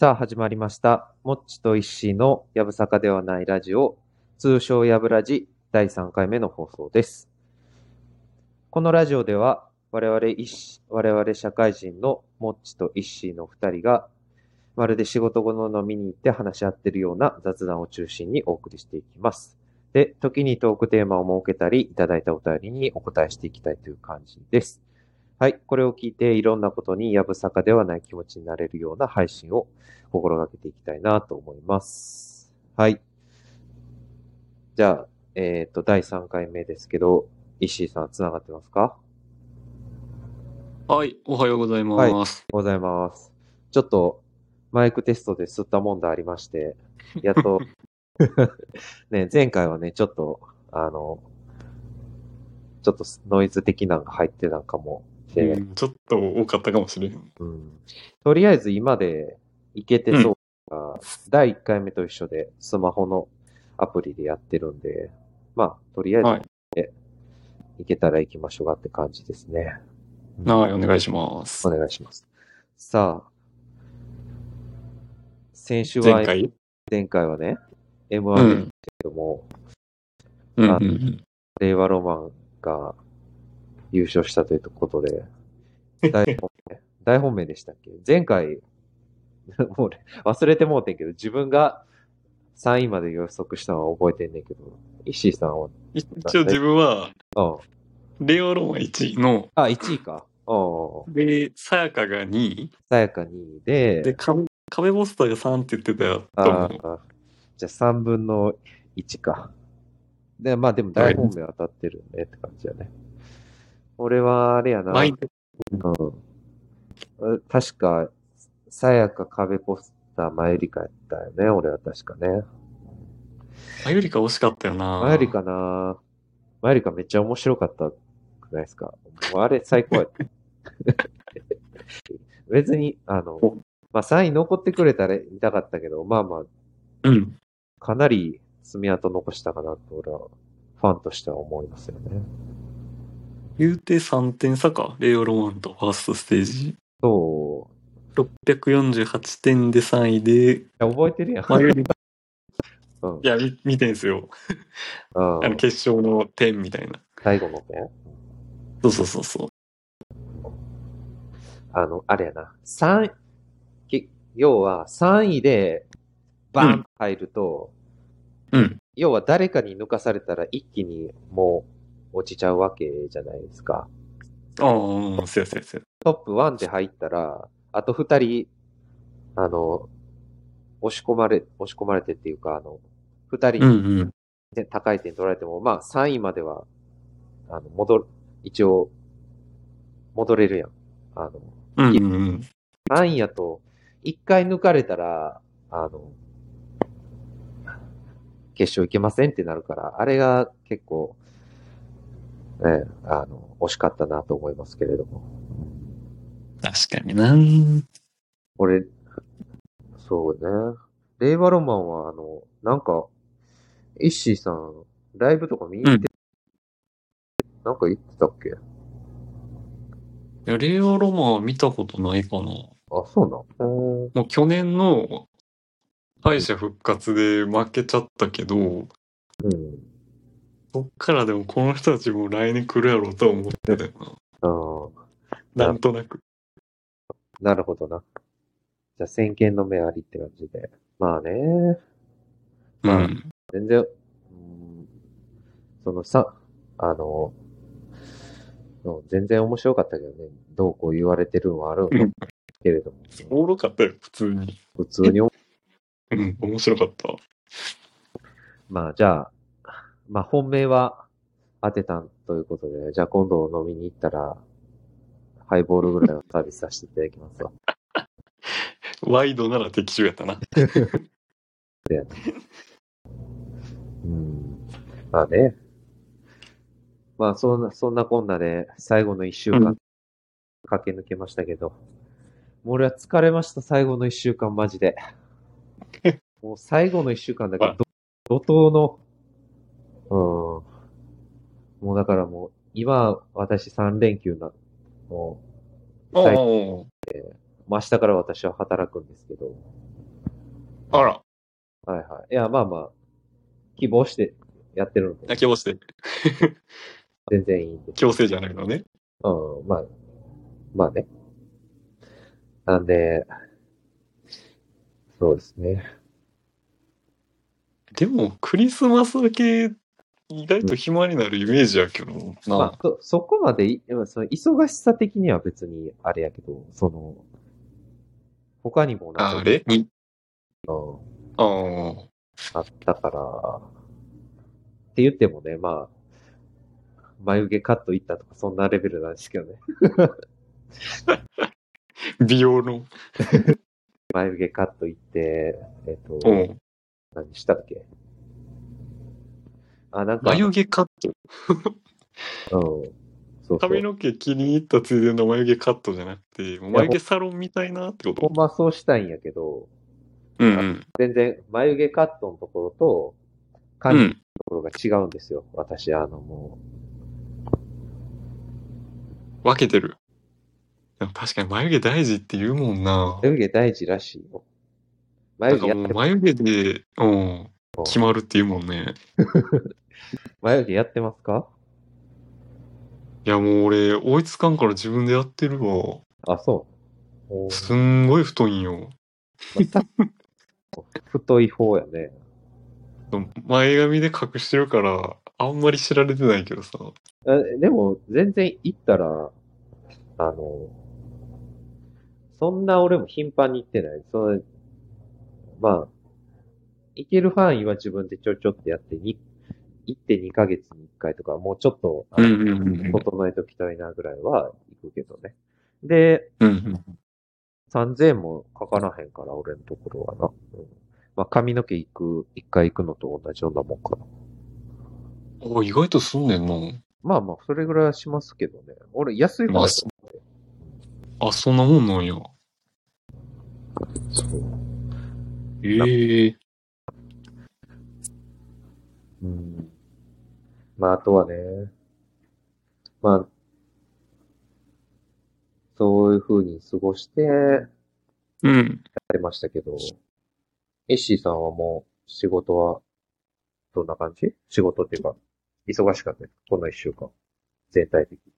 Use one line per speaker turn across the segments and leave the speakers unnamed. さあ始まりました。もっちと石井のやぶさかではないラジオ、通称やぶラジ第3回目の放送です。このラジオでは我々石我々社会人のもっちと石井の2人がまるで仕事後の飲みに行って話し合ってるような雑談を中心にお送りしていきます。で、時にトークテーマを設けたり、いただいたお便りにお答えしていきたいという感じです。はい。これを聞いて、いろんなことにやぶさかではない気持ちになれるような配信を心がけていきたいなと思います。はい。じゃあ、えっ、と、第3回目ですけど、石井さん、つながってますか
はい、おはようございます。
ございます。ちょっと、マイクテストで吸った問題ありまして、やっと、 ね、前回はね、ちょっと、あの、ちょっとノイズ的なのが入ってたんかもしれない
うんちょっと多かったかもしれん。
うんとりあえず今でいけてそうか、第1回目と一緒でスマホのアプリでやってるんで、まあ、とりあえず、
はい
いけたら行きましょうかって感じですね。
はい、お願いします
お。願いします。さあ、先週は、
前回
前回はね、
う
M1 です
ん。
けども、
うん
あ
うん
令和ロマンが優勝したということで、大本命 大本命でしたっけ前回、 もうね忘れてもうてんけど、自分が3位まで予測したのは覚えてんねんけど、石井さんは、
一応自分は、
うん、
レオローマ1位の、
あ、1位か。うん。
で、さやかが2位、
さやか2位で、
で、か壁ボスターが3って言ってたよと
あ
思う。
あじゃあ3分の1か。で、まあでも大本命当たってるねって感じだね。俺はあれやな。
毎回
うん確か、さやか、壁ポスター、マユリカやったよね、俺は確かね。
マユリカ惜しかったよな。
マユリカなマユリカめっちゃ面白かったくないですか。もうあれ最高や った。別に、あの
お、
まあ3位残ってくれたら見たかったけど、まあまあ、
うん。
かなり爪痕残したかなと、俺は、ファンとしては思いますよね。
言うて3点差か、レオローマンとファーストステージ。
そう。
648点で3位で、
いや覚えてるやん。
マユリカ。
うん
いや、み見てんすよ。
うん
あの、決勝の点みたいな。
最後のね。
そうそうそうそう。
あの、あれやな、三け要は3位でバ
う
ン
ん
入ると、
うん。
要は誰かに抜かされたら一気にもう落ちちゃうわけじゃないですか。
ああ、そうやそうやそうや。
トップ1で入ったら、あと2人、あの、押し込まれ、押し込まれてっていうか、あの、2
う
人
んうん。
で高い点取られても、まあ3位までは、あの、戻る、一応、戻れるやん。あの、
うんうんうん。
安易やと、一回抜かれたら、あの、決勝いけませんってなるから、あれが結構、ね、あの、惜しかったなと思いますけれども。
確かにな。
俺、そうね。令和ロマンは、あの、なんか、イッシーさん、ライブとか見に行って、なんか言ってたっけ
いやレオロマンは見たことないかな。も
あ、そうなん。う
う去年の敗者復活で負けちゃったけど、
ん。
そっからでもこの人たちも来年来るやろうとは思ってたよ
ああ、
な。なんとなく。
なるほどな。じゃあ、先見の目ありって感じで。まあね。
う
うん
ん。
全然、うんそのさ、あの、うん全然面白かったけどね、どうこう言われてるのはあるんだ
うん
けれど も、
おもろかったよ、普通に。
普通に、
うん、面白かった。
まあじゃあ、まあ本命は当てたということで、じゃあ今度飲みに行ったら、ハイボールぐらいのサービスさせていただきますわ。
ワイドなら的中やったな。
うん。まあね。まあそんな、そんなこんなで最後の一週
う
間
ん
駆け抜けましたけど、もう俺は疲れました、最後の一週間マジ で。もう最後の一週間だけ
はい
ど、怒涛の、うん。もうだからもう、今、私3連休な、もう、
お
はい
お
まあ明日から私は働くんですけど、
あら、
はいはい。いや、まあまあ、希望してやってるので、
泣き落して。
全然いいんです。
強制じゃないのね。
うん、まあ、まあね。なんで、そうですね。
でも、クリスマスだけ、意外と暇になるイメージやけどな。
まあ、そそこまでい、うんその忙しさ的には別にあれやけど、その、他にもなん
あ、
か
あれに、
うん
ああ、
あったから、って言ってもね、まあ、眉毛カットいったとか、そんなレベルなんですけどね。
美容の。
眉毛カットいって、えっ、と、
うん。
何したっけあ、なんか、
眉毛カット。
うん。そうそ
髪
う。
の毛気に入ったついでの眉毛カットじゃなくて、もう眉毛サロンみたいなってこ
ほん
と
まはそうしたいんやけど、
うんうん。
全然眉毛カットのところと、
う
髪の
ん。
ところが違うんですよ。私、あの、も
分けてる。でも確かに眉毛大事って言うもんな
う、。眉毛大事らしいよ。
な
眉
んか
毛やっ
もう
て、
眉毛で、うん、決まるって言うもんね。
眉毛やってますか
いやもう俺、追いつかんから自分でやってるわ。
あ、そう。おー
すんごい太いんよ。
太い方やね。
前髪で隠してるから、あんまり知られてないけどさ。
あでも、全然行ったら、あの、そんな俺も頻繁に行ってない。そのまあ、行ける範囲は自分でちょちょってやって、に行って2ヶ月に1回とか、もうちょっと、あの
うんうんうんうん
整えときたいなぐらいは行くけどね。で、
うん。
3000円もかからへんから、俺のところはな。うんまあ、髪の毛行く、1回行くのと同じようなもんかな。
お意外とすんねんな。
まあまあ、それぐらいはしますけどね。俺、安い方
ま
だ
あ
と
そ あ、そんなもんなんや。
そう
ええ
うん。まあ、あとはね、まあ、そういう風に過ごしてや
うん。
ってましたけど、イッシーさんはもう仕事はどんな感じ仕事っていうか、忙しかったです。この一週間。全体的に。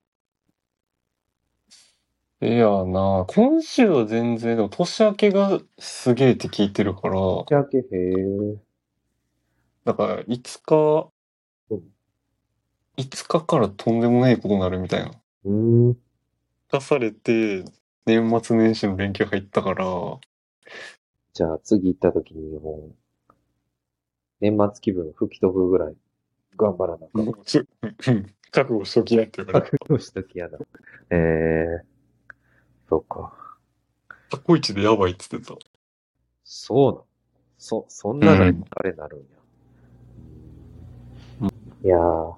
いやな、今週は全然、でも年明けがすげえって聞いてるから、
じゃあけ、へえ。
だから
う
5日
ん、
5日からとんでもないことになるみたいな。
うん。
出されて、年末年始の連休入ったから、
じゃあ次行った時にもう、年末気分吹き飛ぶぐらい頑張らなあかっ
ちょうん覚悟しときやって言われ
た。
た。
覚悟しときやな。ええそうか。
過去一でやばいっつってた。
そうなのそ、そんなの
うん
あれなるんや。いやー、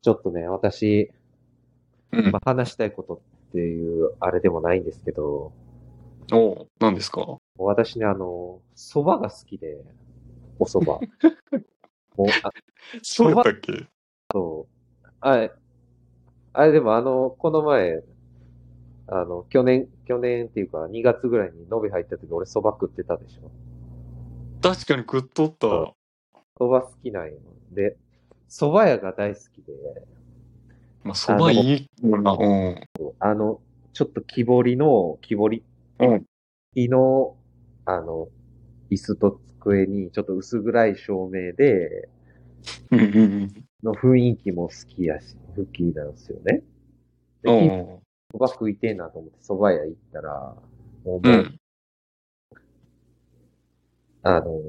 ちょっとね、私、
うん
ま。あ、話したいことっていうあれでもないんですけど、
おう何ですか
私ね、あの、蕎麦が好きで、お蕎 麦。もう、あ
そうやったっけ
と、あれ、あれでもあの、この前、あの、去年、去年っていうか、2月ぐらいに延べ入った時、俺蕎麦食ってたでしょ。
確かに食っとった。
うん蕎麦好きなんよ。で、蕎麦屋が大好きで、
まあ、そばいいもんな。うん。
あの、ちょっと木彫りの、木彫り、
うん
木の、あの、椅子と机に、ちょっと薄暗い照明で、
うんうん
の雰囲気も好きやし、好きなんですよね。
う
で、
ん。
いい
おう
蕎麦食いてえなと思って蕎麦屋行ったら、もう、
うん。
あの、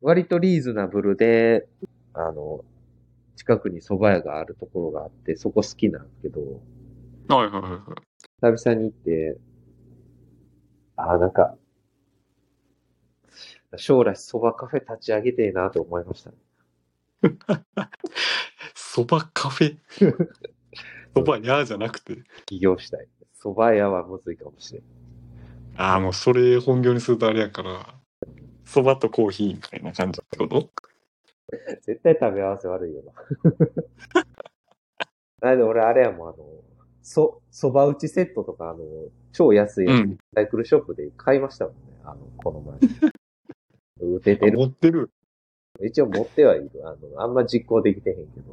割とリーズナブルで、あの、近くに蕎麦屋があるところがあって、そこ好きなんですけど、
はいはいはい はい。
久々に行って、ああ、なんか、将来蕎麦カフェ立ち上げてえなと思いましたね。
そばカフェ。そばやじゃなくて。
起業したい。蕎麦屋はむずいかもしれん。
ああ、もうそれ本業にするとあれやから。そばとコーヒーみたいな感じってこと
絶対食べ合わせ悪いよな。なんで 俺あれやもん、あの、そ、蕎麦打ちセットとか、あの、超安いやつ、
うん
サイクルショップで買いましたもんね。あの、この前。打ててる。
持ってる。
一応持ってはいる。あの、あんま実行できてへんけど。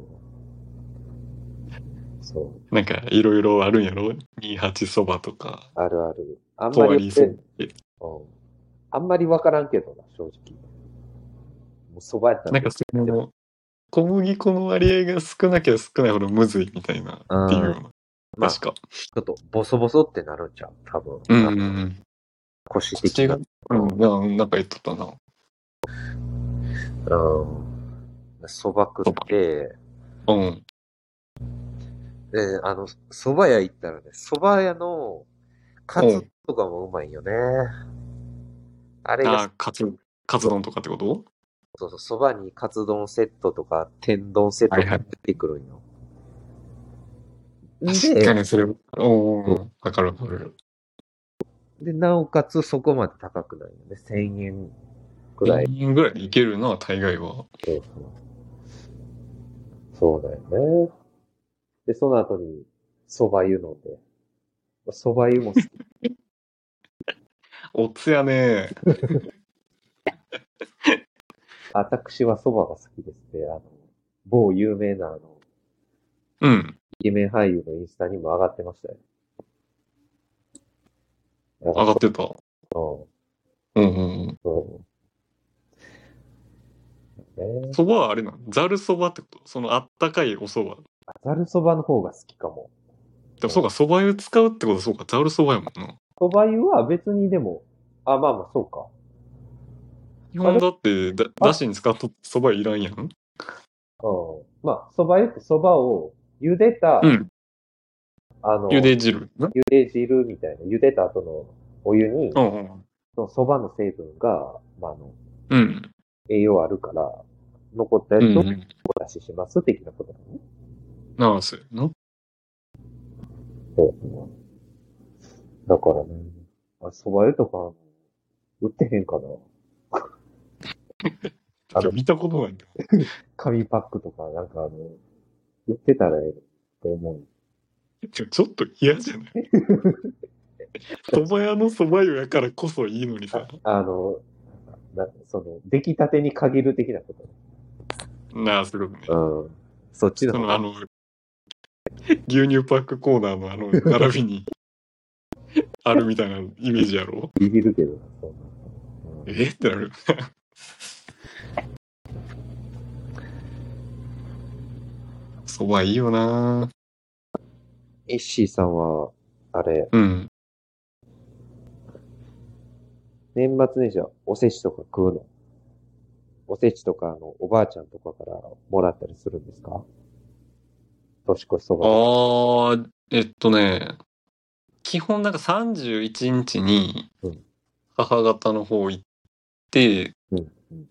そう、
なんか、いろいろあるんやろ ?28 そばとか、
あるある。あん
と
ま
わ
り
りそばって。
うんあんまりわからんけどな、正直。もうそばやったら
なんか、その、小麦粉の割合が少なきゃ少ないほどむずいみたいなっていうの。
まあ、
確
ち
か。
ょっとボソボソってなるんちゃう多分。
うんうんうん。
腰的
土
に
が。、うん、なんなんか言っとったな。
うん。そば食って、
うん。
で、あの、蕎麦屋行ったらね、蕎麦屋のカツとかもうまいよね。あれが
あ、、カツ、カツ丼とかってこと
そうそう、蕎麦にカツ丼セットとか、天丼セットと
はいは
か
い
出てくるんよ。
確か
で
にそれ、うんうんうん、わかるわかる。
で、なおかつそこまで高くないよね。1000円くらい。
1000円ぐらいでいけるな、大概は。
そうそう。そうだよね。で、その後に、蕎麦湯飲んで。蕎麦湯も好 き。
おつやね。
私は蕎麦が好きですね。あの、某有名なあの、
うん。
イケメン俳優のインスタにも上がってましたよ。上
上がってた。
そ
うんうんうん。
うそう。ねえ、
そばはあれなのざるそばってことそのあったかいおそば。
ざるそばの方が好きかも。
でもそうか、そば湯使うってことそうか、ざるそばやもんな。
そば湯は別にでも、あ、まあまあそうか。
基本だってだ、だしに使っとそばいらんやん。
うん。まあ、そば湯ってそばを茹でた、
うん。
あの、
茹で汁。うん
茹で汁みたいな、茹でた後のお湯に、
うん。
そのそばの成分が、まあ、あの、
うん。
栄養あるから、残ったや
う
つを
ん。
お出しします、的なことだね。
なあ、そうやな。
そう。だからね、あ、蕎麦屋とか、売ってへんかな。あの
見たことないんだよ。
紙パックとか、なんかあの、売ってたらええと思う。
ちょちょっと嫌じゃない蕎麦屋の蕎麦湯やからこそいいのにさ。
あの、なその、出来たてに限る的なこ
なあ、すごくね。
と。うん。そっちの
そ
方
のあ
が。
の、牛乳パックコーナーのあの、並びに、あるみたいなイメージやろ
ビビるけどな、そんなのうん
えってなる。 蕎麦いいよな
イッシーさんは、あれ、
うん。
年末年始はおせちとか食うのおせちとか、あの、おばあちゃんとかからもらったりするんですか年越しそ
あ
ば。
ー、えっとね、基本なんか31日に
うん、
母方の方行って、
うん。うん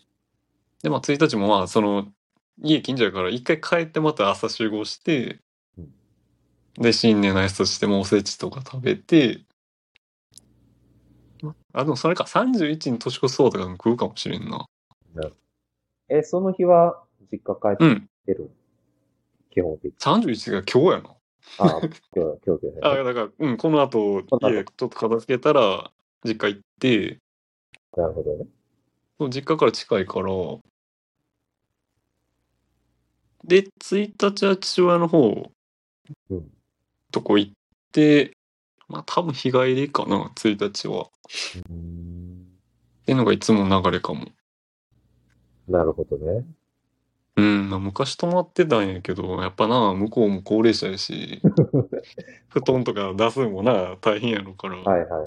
で、まあ、1日もまあ、その、家近所やから、一回帰ってまた朝集合して
うん、
で、新年の挨拶して、もうおせちとか食べて、あ、でもそれか、31に年越しそうとかも食うかもしれんな。
え、その日は、実家帰って
うん、
出る、基本的に。
31が今日やな。
ああ、今日、今日、今
あ、
日。
だから、うん、この後
こ、の後
家ちょっと片付けたら、実家行って、
なるほどね。
そう実家から近いから、で、1日は父親の方、
うん。
とこ行って、まあ多分日帰りかな、1日は。っっていうのがいつもの流れかも。
なるほどね。
うん、まあ昔泊まってたんやけど、やっぱな、向こうも高齢者 やし、布団とか出すのもな、大変やろから、
は
っ
いは。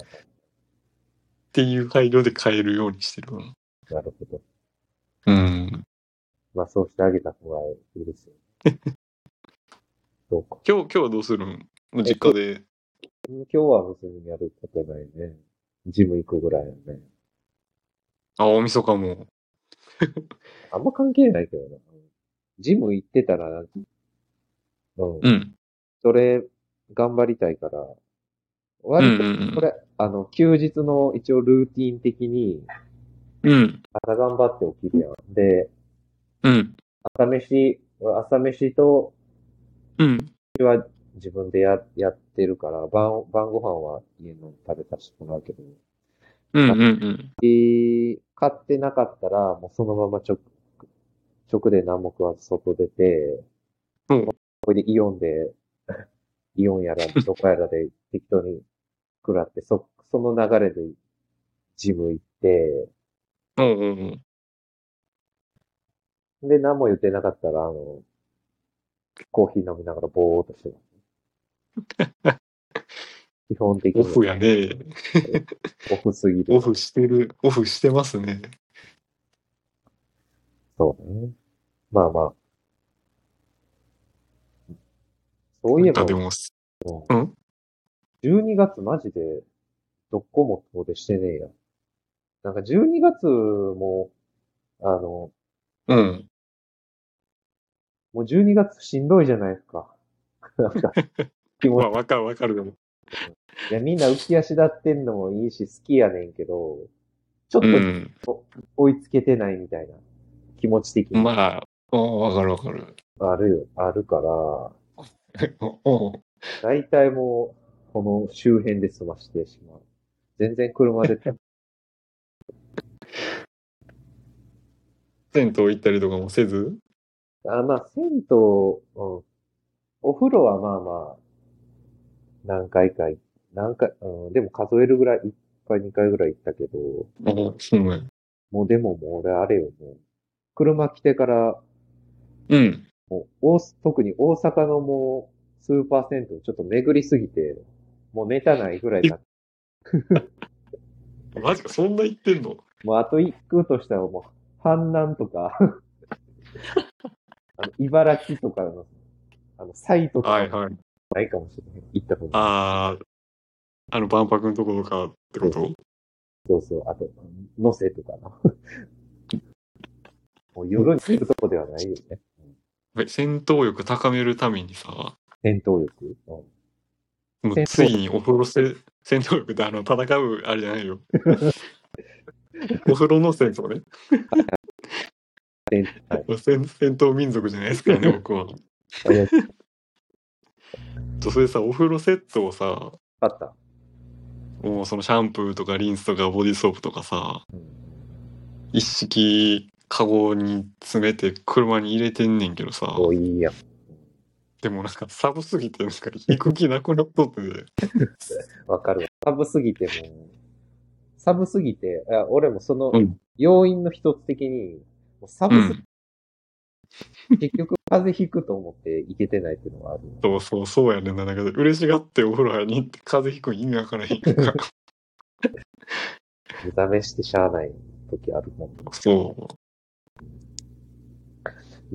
ていう配慮で帰るようにしてるわない
なるほど。
うん。
まあ、そうしてあげた方がいいですよ。 そうか。
今日、今日はどうするん実家で。
今日は別にやることないね。ジム行くぐらいよね。
あ、大晦日も。
あんま関係ないけどな。ジム行ってたら、うん。
うん。
それ、頑張りたいから。
うん
割
う
と、
ん
これ、あの、休日の一応ルーティン的に、
うん。うん。
朝頑張って起きるやん。で、
うん。
朝飯、朝飯と
うん。
自分でややってるから、晩、晩ご飯は家の食べさせてもらうけど、
うん。うん。
家買ってなかったら、もうそのまま直、直で何も食わず外出て、
うん
これでイオンで、イオンやら、どこやらで適当に食らって、そ、その流れでジム行って、
うんうんうん。
で、何も言ってなかったら、あの、コーヒー飲みながらぼーっとしてます。 基本的に
オ
は。
フやね。
オフすぎる。
オフしてる。オフしてますね。
そうね。まあまあ。そういえば
なんか、でも、うん
12月マジで、どこも遠出してねえや。なんか12月も、あの、も
うん。
う12月しんどいじゃないですか。 なんか、気持
ま
ち
あ、わかるわかるでも。
いや、みんな浮き足立ってんのもいいし、好きやねんけど、ちょっ
う
と
ん。
追いつけてないみたいな、気持ち的に
まあ、うんわかるわか る。
あるよ、あるから、
うん。
大体もう、この周辺で済ましてしまう。全然車で、
銭湯行ったりとかもせず
あ、まあ、銭湯、うん。お風呂はまあまあ、何回かい、何回、うん、でも数えるぐらい、1回、2回ぐらい行ったけど、
おそうね。
もうでももう俺あれよ、もう、車来てから、
うん。
もう大阪特に大阪のもう、スーパー銭湯ちょっと巡りすぎて、もうネタないぐらいだ。
マジか、そんな言ってんの
もうあと行くとしたらもう、阪南とか、 あの茨城とかの、あの、サイトと
は
か
いはい。
ないかもしれない。行ったことない。
ああ、あの万博のところかってこと
そうそう。あと、のせとかな。 もう夜に行くとこではないよね。
え戦闘力高めるためにさ、
戦闘力。うん
も
戦闘
うついにお風呂せ、戦闘力であの戦うあれじゃないよ。お風呂の戦争ね。
戦はい
戦戦闘民族じゃないですからね、僕は。
あれ。勝
と それさ、お風呂セットをさ、
った。
もうそのシャンプーとかリンスとかボディーソープとかさ、
うん
一式カゴに詰めて車に入れてんねんけどさ、
もういいやん。
でもなんか寒すぎてなんか行く気なくなっとってて、
わかるわ。寒すぎてもう、寒すぎて、いや俺もその
うん
要因の一つ的に、もう寒すぎて、結局風邪ひくと思って行けてないっていうのはある。
そうそうそうやねんな、なんか嬉しがってお風呂入りに行って風邪ひくん意味わからへんから。
目覚めしてしゃあない時あるもん。
そう。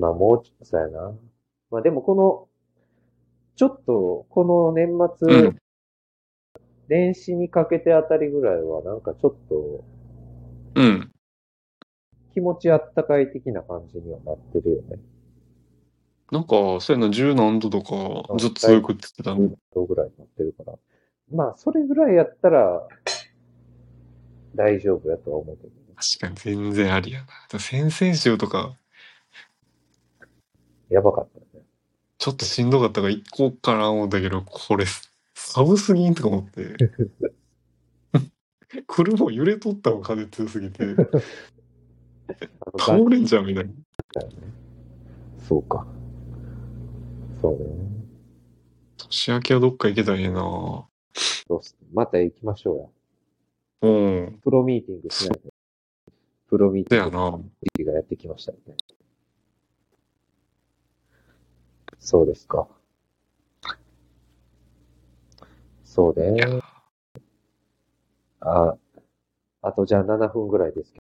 まあもうちょっとさやな。まあでもこの、ちょっと、この年末、
うん
年始にかけてあたりぐらいは、なんかちょっと、
うん。
気持ちあったかい的な感じにはなってるよね。
なんか、そういうの十何度とかずっと続くって言ってたの。
どうぐらいになってるから。まあ、それぐらいやったら、大丈夫やとは思うけどね。
確かに全然ありやな。先々週とか、
やばかったよね。
ちょっとしんどかったから行こうかな思ったけど、これ、寒すぎんとか思って。車揺れとったもん、風強すぎて。
あの
倒
ガン
れんじゃん、みたいな。
そうか。そうね。
年明けはどっか行けたらいいな
どうすまた行きましょうや。
うん。
プロミーティングしないと。プロミー
だ
ティ
よ
ング
な。
がやってきましたね。そうですか。そう
いや
ね。あ、あとじゃあ7分ぐらいですけ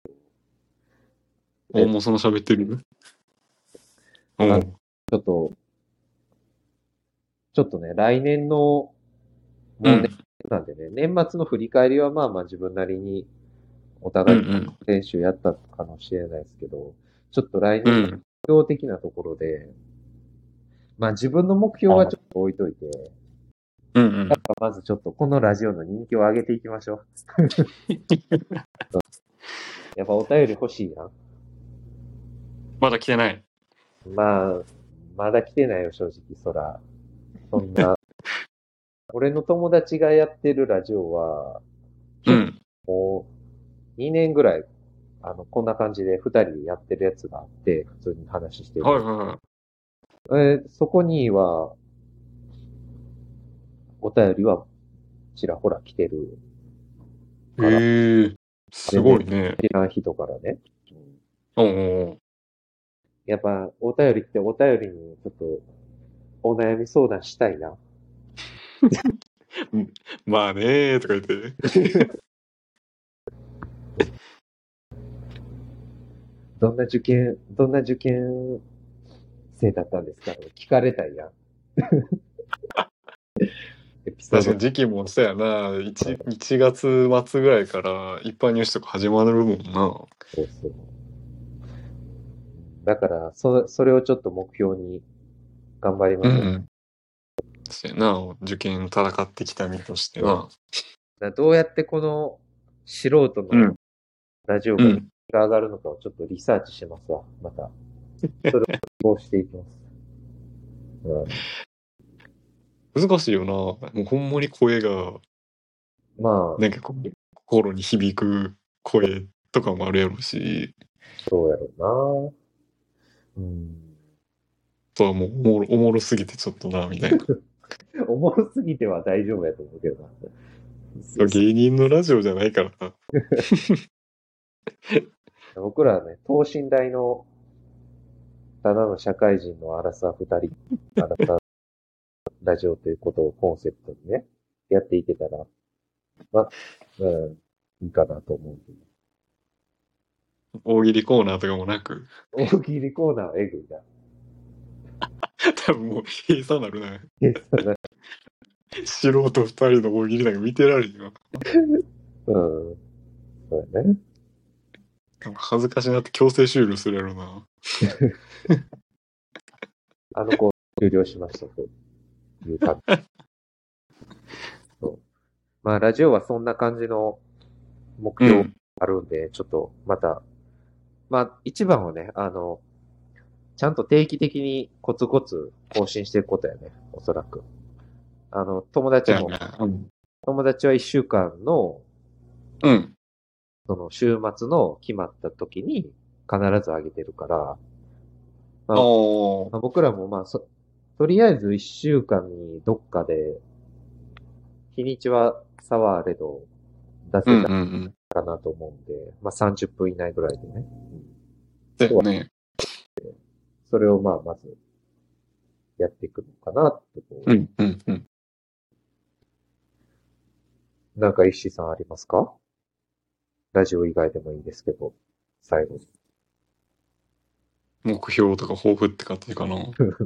おもうその喋ってるう
あど、
ん。
ちょっと、ちょっとね、来年の、もう
う
ね、
ん。
なんでね、年末の振り返りはまあまあ自分なりにお
う
互い
ん。
練習やったかもしれないですけど、ちょっと来
う
年の
ん。
目標的なところで、まあ自分の目標はちょっと置いといて、
うん。うん。
まずちょっとこのラジオの人気を上げていきましょう。 やっぱお便り欲しいやん。
まだ来てない。
まあ、まだ来てないよ、正直、そら。そん な。俺の友達がやってるラジオは、
うん。
もう、2年ぐらいあの、こんな感じで二人やってるやつがあって、普通に話してる。
はいは
えーそこには、お便りはちらほら来てる。
いはい。へえ。すごいね。
知らん人からね。
おお。
やっぱ、お便りってお便りにちょっと、お悩み相談したいな。
まあねーとか言って。
どんな受験、どんな受験生だったんですか聞かれたいやん。 エピソ
確か
ー
に
ド
時期もそうやな 1, 1月末ぐらいから一般入試とか始まるもんな
そうそう。だから、そ、それをちょっと目標に頑張りましょう。
そうやな受験戦ってきた身としてな
だからどうやってこの素人
う
の
ん
ラジオ
う
が
ん
上がるのかをちょっとリサーチしてますわ、ま た。それを希望していきます。うん
難しいよなもうほんまに声が
まあ、
なんかこう心に響く声とかもあるやろうし
そうやろうな。 うん。
あとはもうおもろおもろすぎてちょっとなみたいな
おもろすぎては大丈夫やと思うけどな。
芸人のラジオじゃないからな
僕らはね、等身大の、ただの社会人のアラサー二人、アラサー ラジオということをコンセプトにね、やっていけたら、まあ、うん、いいかなと思うけど。
大喜利コーナーとかもな く
大喜利コーナーはえぐいな。
多分もう閉鎖なるな
えそんな
素人二人の大喜利なんか見てられへん
う
わ
ん。そうやね。
なんか恥ずかしなって強制終了するやろな。
あの子、終了しましたという感 じ。そうまあ、ラジオはそんな感じの目標あるんで、ちょっとまた、まあ、一番はね、あの、ちゃんと定期的にコツコツ更新していくことやね、おそらく。あの、友達
じゃあ
も、
な。うん。
友達は一週間の、
うん。
その週末の決まった時に必ず上げてるから、まあ
おー
まあ、僕らもまあそ、とりあえず一週間にどっかで、日にちは差はあれど、出
うん
せ
う
た
んうん。
かなと思うんで、まあ30分以内ぐらいでね。
だよね。
それをまあ、まず、やっていくのかなってこう、
うんうんうん。
なんか石井さんありますかラジオ以外でもいいんですけど、最後に。
目標とか抱負って感じかな。
豊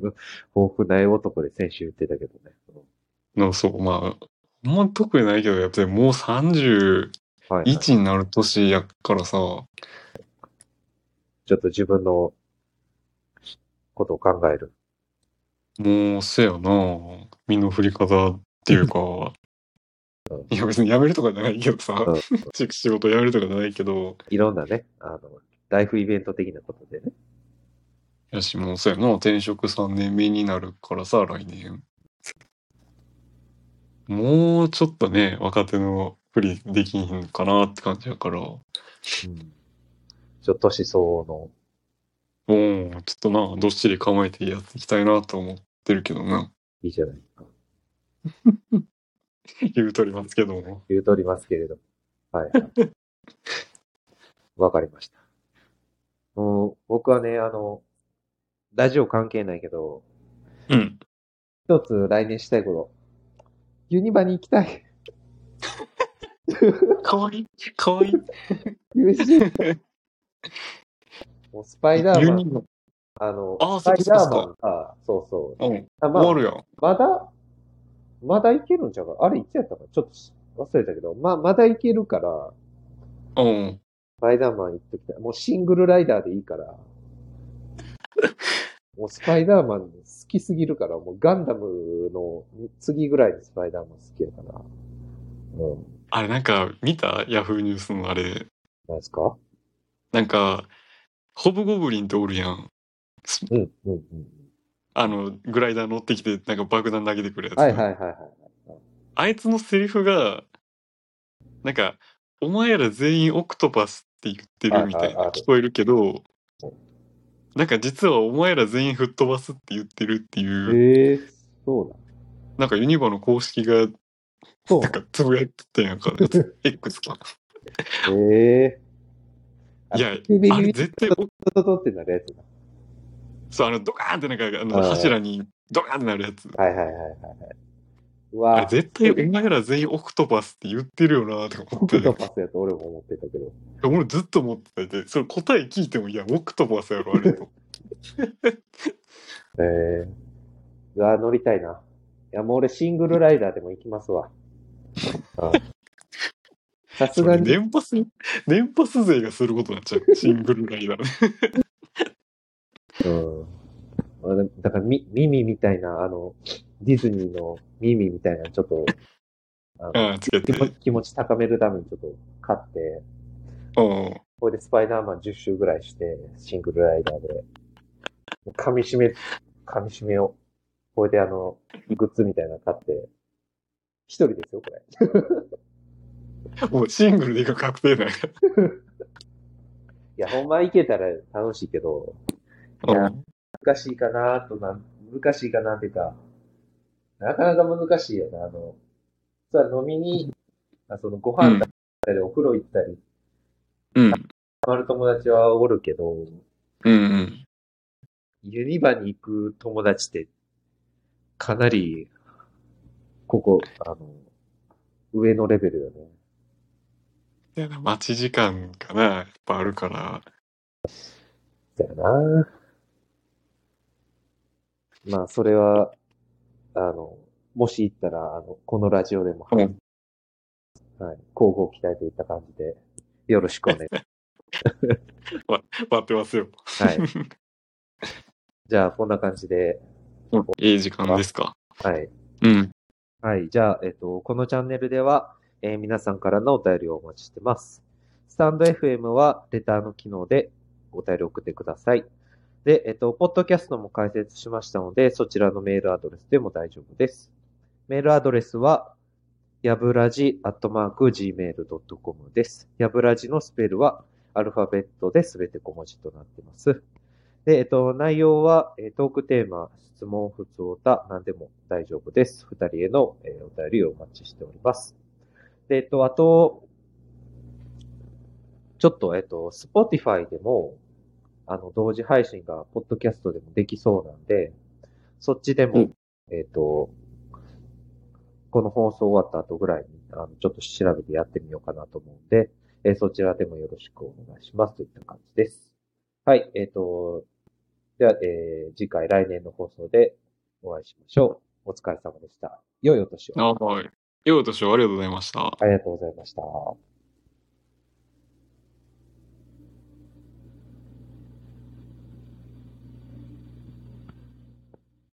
富ない男で先週言ってたけどね。
のそう、まあ、あんま特にないけど、やっぱりもう31
はい、はい。ち
になる年やからさ、
ょっと自分のことを考える。
もうせやな。身の振り方っていうか、いや別に辞めるとかじゃないけどさ
うん、
仕事辞めるとかじゃないけど、
いろんなね、あの、ライフイベント的なことでね。
やし、もうそうやな、転職3年目になるからさ、来年。もうちょっとね、若手のふりできひんかなって感じやから、も
ちょっと年相応の。
うちょっとな、どっしり構えてやっていきたいなと思ってるけど な、
いいじゃないですか。
言うとりますけども。
言うとおりますけれど。 はい。わかりました。もう、僕はね、あの、ラジオ関係ないけど、
うん。
一つ来年したいこと。ユニバに行きたい。
かわいい、かわいい。
USJ。もうスパイダー
ユ
マ
ニ
ン、
バ
あの、
あー
スパイダー
そ
マ
っ
ンが、そうそう。
うん、
あま
終わ
あ、
るやん。
まだ、まだ行けるんちゃうかあれ、いつやったかちょっと忘れたけど、まあ、まだ行けるから、
うん。
スパイダーマン行っときたい。もうシングルライダーでいい から。もうスパイダーマン好きすぎるから、もうガンダムの次ぐらいにスパイダーマン好きやから。うん。
あれ、なんか、見たヤフーニュースのあれ、
なんですか
なんか、ホブゴブリンっておるやん。
うん、うん、うん。
あの、グライダー乗ってきて、なんか爆弾投げてくるやつ。
はいはいはいはい。
あいつのセリフが、なんか、お前ら全員オクトパスって言ってるみたい
ああ
な
あ
聞こえるけど
うん、
なんか実はお前ら全員吹っ飛ばすって言ってるっていう、
ええそうだ。
なんかユニバの公式が
そう
なんかつぶやいてたやん か、X か。
ええ
いや
ビビ
あれ
ビビ
絶対お
トトトってなるやつだ。
そう、あのドカーンってなんかあ
あ
の
あ
柱にドカーンってなるやつ。
はいはいはいはいはい。う
あ
わ
れ
ぁ、
絶対お前ら全員オクトパスって言ってるよなとか思
オ
って
ク
た
ト
よ
パスやと俺も思ってたけど。
俺ずっと思ってて、それ答え聞いても、いや、オクトパスやろ、あれと。
ええうわぁ、乗りたいな。いや、もう俺シングルライダーでも行きますわ。うんさす
そ
が
れ
に
年パス、年パス勢がすることになっちゃう。シングルライ ダーね。
うんまあでもだからみ、耳みたいな、あの、ディズニーの耳みたいな、ちょっと、あの
ああ、つけて
気。持 気持ち高めるためにちょっと買って、
うん。
これでスパイダーマン10周ぐらいして、シングルライダーで、もう噛み締め、噛み締めを、これであの、グッズみたいなの買って、一人ですよ、これ。
もうシングルでいく確定だよ。
いや、ほんま行けたら楽しいけど、いや難しいかなとな、難しいかなっていうか、なかなか難しいよな、あの、実は飲みに、あそのご
う
飯
ん
食べたり、お風呂行ったり、
うん。
泊まる友達はおるけど、
うん。
ユニバに行く友達って、かなり、ここ、あの、上のレベルよね。
いや、待ち時間かな、やっぱあるから。
だよな。まあ、それは、あの、もし行ったら、あの、このラジオでも、
う
はい、
ん
交互期待といった感じで、よろしくお願いし
待ってますよ。
ます。 はい。じゃあ、こんな感じで、
うんいい時間ですか。
はい。
うん。
はい。じゃあ、えっと、このチャンネルでは、えー皆さんからのお便りをお待ちしてます。スタンド FM は、レターの機能でお便りを送ってください。で、えっと、ポッドキャストも開設しましたので、そちらのメールアドレスでも大丈夫です。メールアドレスは、やぶらじアットマーク gmail.com です。やぶらじのスペルは、アルファベットで全て小文字となってます。で、えっと、内容は、えートークテーマ、質問、普通歌、何でも大丈夫です。二人への、えーお便りをお待ちしております。で、えっと、あと、ちょっと、えっと、Spotify でも、あの、同時配信が、ポッドキャストでもできそうなんで、そっちでも、
うん
えっと、この放送終わった後ぐらいに、あの、ちょっと調べてやってみようかなと思うんで、えーそちらでもよろしくお願いしますといった感じです。はい、えっ、と、では、えー次回来年の放送でお会いしましょう。お疲れ様でした。良いお年を。
あはい。ようとしありがとうございました。
ありがとうございました。